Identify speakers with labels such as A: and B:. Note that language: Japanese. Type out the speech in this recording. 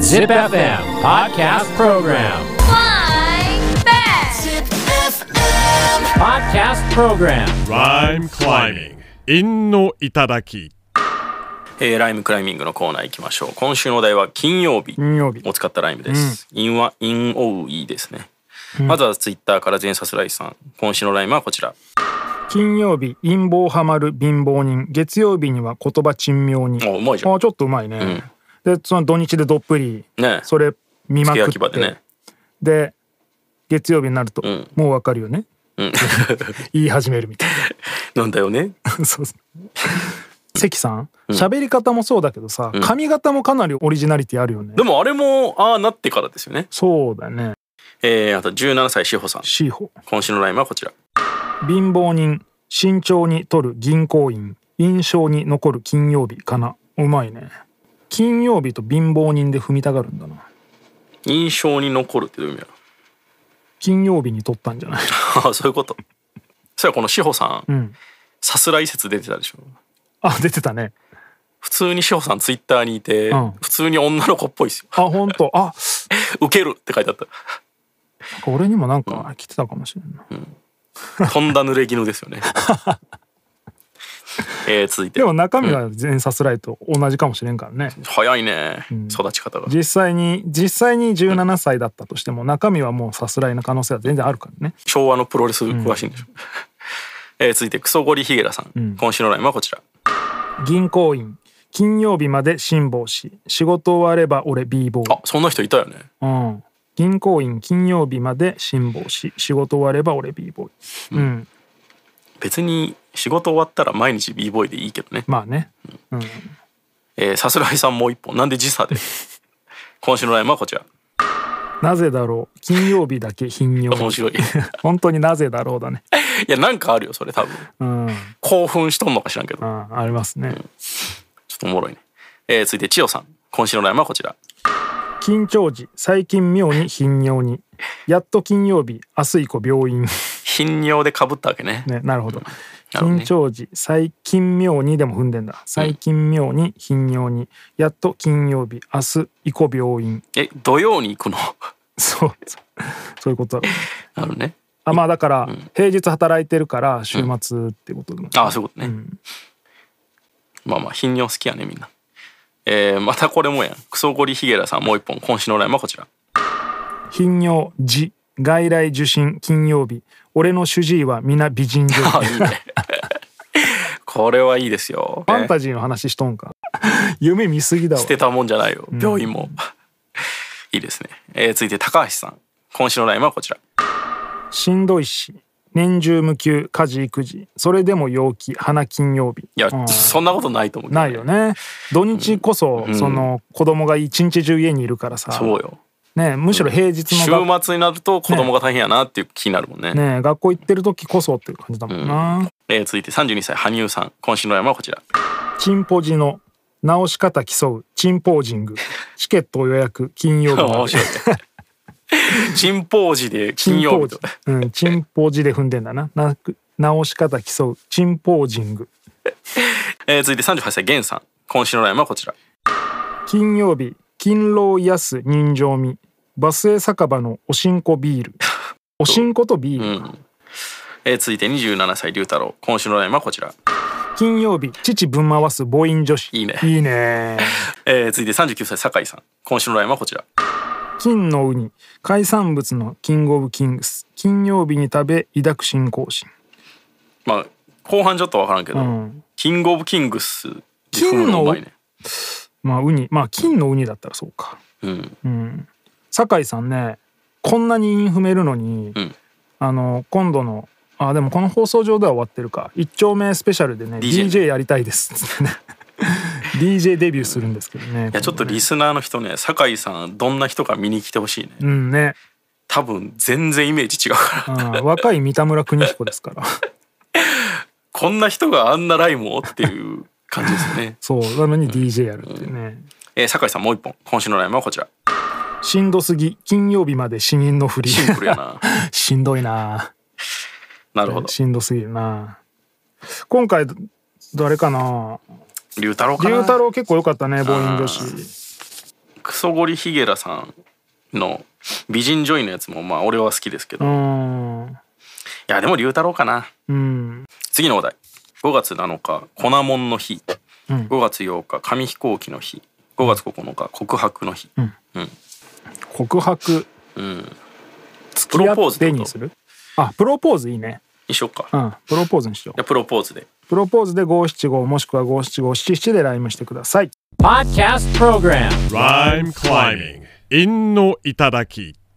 A: Zip FM Podcast Program.
B: Flying back.
A: Podcast Program.
C: Rhyme climbing. 陰の頂き。
D: えーライムクライミングのコーナー行きましょう今週のお題は金曜日
E: 金曜日
D: を使ったライムです、インはインオウイですね、まずはツイッターから全サスライスさん今週のライムはこちら
E: 金曜日陰謀ハマる貧乏人月曜日には言葉珍妙に
D: あうまいじゃん
E: あちょっとうまいね、でその土日でどっぷり
D: ね
E: それ見ま
D: 付け焼
E: くっ
D: き場
E: て
D: でね
E: で月曜日になると、
D: ん
E: もうわかるよね、言い始めるみたい
D: なんだよね
E: な そうそう関さん喋り方もそうだけどさ、髪型もかなりオリジナリティあるよね、
D: でもあれもああなってからですよね
E: そうだね
D: えー、あと17歳志保さん
E: シーホ
D: 今週のライムはこちら
E: 貧乏人慎重に取る銀行員印象に残る金曜日かなうまいね金曜日と貧乏人で踏みたがるんだな
D: 印象に残るってどういう意味だ
E: 金曜日に取ったんじゃない
D: ろう あそういうことそしたらこの志保さん、
E: ん
D: さすらい説出てたでしょ
E: あ出てたね
D: 普通に志保さんツイッターにいて、
E: うん
D: 普通に女の子っぽいですよ
E: あ本当あ
D: ウケるって書いてあった
E: 俺にもなんか来てたかもしれない、
D: とんだ濡れ衣です よね。えー、続いて
E: でも中身は全サスライと同じかもしれんからね、
D: 早いね、育ち方が。
E: 実際に実際に17歳だったとしても中身はもうさすらいの可能性は全然あるからね
D: 昭和のプロレス詳しいんでしょ。 えー、続いてクソゴリヒゲラさん、今週のラインはこちら。
E: 銀行員金曜日まで辛抱し仕事終われば俺 b ボーイ
D: あそんな人いたよね。
E: うん、銀行員金曜日まで辛抱し仕事終われば俺 b ボーイうん、
D: 別に仕事終わったら毎日 b ボーイでいいけどね。
E: まあね
D: えー、さすらいさんもう一本なんで時 差で。今週のラインはこちら。
E: なぜだろう金曜日だけ頻尿
D: 面 白い
E: 本当になぜだろ うだね
D: いやなんかあるよそれ多分。
E: うん、う
D: 興奮しとんのか知らんけど。ちょ
E: ん、ありますね
D: っとおもろいね。えー、続いて千代さん今週のラインはこちら。
E: 緊張時最近妙に頻尿にやっと金曜日明日以降病院
D: 頻尿でかぶったわけね。
E: ねなるほど
D: なるほどね
E: 緊張時最近妙にでも踏んでんだ最近妙に頻尿にやっと金曜日明日以降病院
D: え土曜に行くの
E: そうそうそういうことだろう
D: あるね。
E: あまあだから、平日働いてるから週末ってことでも、
D: ああそういうことね、まあまあ頻尿好きやねみんなえー、またこれもやんクソゴリヒゲラさんもう一本今週のラインはこ ちら
E: 頻尿時外来受診金曜日俺の主治医は皆 美人女優
D: あいいねこれはいいですよ
E: ファンタジーの話しとんか 夢見すぎだわ
D: 捨てたもんじゃないよ病院も、 いいですね、えー、続いて高橋さん今週のラインはこちら
E: しんどいし年中無休家事育児それでも陽気花金曜日
D: いや、
E: うん
D: そんなことないと思うけど
E: ないよね土日こそ、その子供が一日中家にいるからさ
D: そうよ
E: ねむしろ平日
D: 週
E: のが
D: 末になると子供が大変やなっていう気になるもんね
E: ね学校行ってる時こそっていう感じだもんな、
D: えー、続いて32歳羽生さん今週のラインはこ ちら
E: チンポジの直し方競うチンポージ ングチケットを予約金曜日ま
D: 面
E: で
D: 白いねチンポージで金曜日と
E: チンポージうんチンポジで踏んでんだななく直し方競うチンポージング
D: えー、続いて38歳源さん今週のラインはこちら
E: 金曜日勤労癒す人情味バスへ酒場のおしんこビ ールおしんことビール、
D: えー、続いて27歳龍太郎今週のラインはこちら、
E: 金曜日父ぶん回す母音女子
D: いいね
E: いいね
D: えー、続いて39歳酒井さん今週のラインはこちら
E: 金のウニ海産物のキングオブキングス金曜日に食べ抱く信仰心
D: まあ後半ちょっとわからんけど、
E: うん
D: キングオブキングス
E: 金の
D: うまいね
E: まあウニまあ金のウニだったらそうか
D: うん
E: 酒井さんねこんなに韻踏めるのに、
D: ん
E: あの今度のあでもこの放送上では終わってるか一丁目スペシャルでね
D: DJ
E: DJ, やりたいですっ つってね DJ デビューするんですけどね
D: いやちょっとリスナーの人ね酒井さんどんな人か見に来てほしいね
E: うんね、
D: 多分全然イメージ違うから
E: うん若い三田村邦彦ですから
D: こんな人があんなライムをっていう感じですよね
E: そうなのに DJ やるっていうね、
D: えー、酒井さんもう一本今週のライムはこちら
E: しんどすぎ金曜日まで死人のふり
D: シンプルやな
E: しんどいな
D: なるほど
E: しんどすぎるな今回ど誰かな
D: 龍太郎か
E: 龍
D: な
E: 太郎結構良かったねボーリング女子
D: クソゴリヒゲラさんの美人女優のやつもまあ俺は好きですけど、
E: う
D: い
E: ん
D: やでも龍太郎かな
E: うん
D: 次のお題5月7日粉もんの日、
E: うん
D: 5月8日紙飛行機の日5月9日告白の日、
E: うん告白
D: プロポーズって
E: で
D: こ
E: に
D: と
E: するあプロポーズいいね
D: にしようか、
E: うんプロポーズにしよ
D: じゃあプロポーズで
E: うプロポーズで五七五もしくは五七五七七でライムしてください
A: Podcast Program.
C: Rhyme climbing. 韻の頂き。